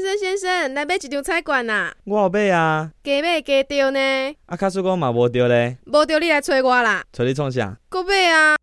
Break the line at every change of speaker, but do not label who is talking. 人来买一张彩券啊，
我有买啊，
加买加着呢，
啊，卡叔讲嘛无着咧，
无着你来找我啦，
找你创啥？
搁买啊！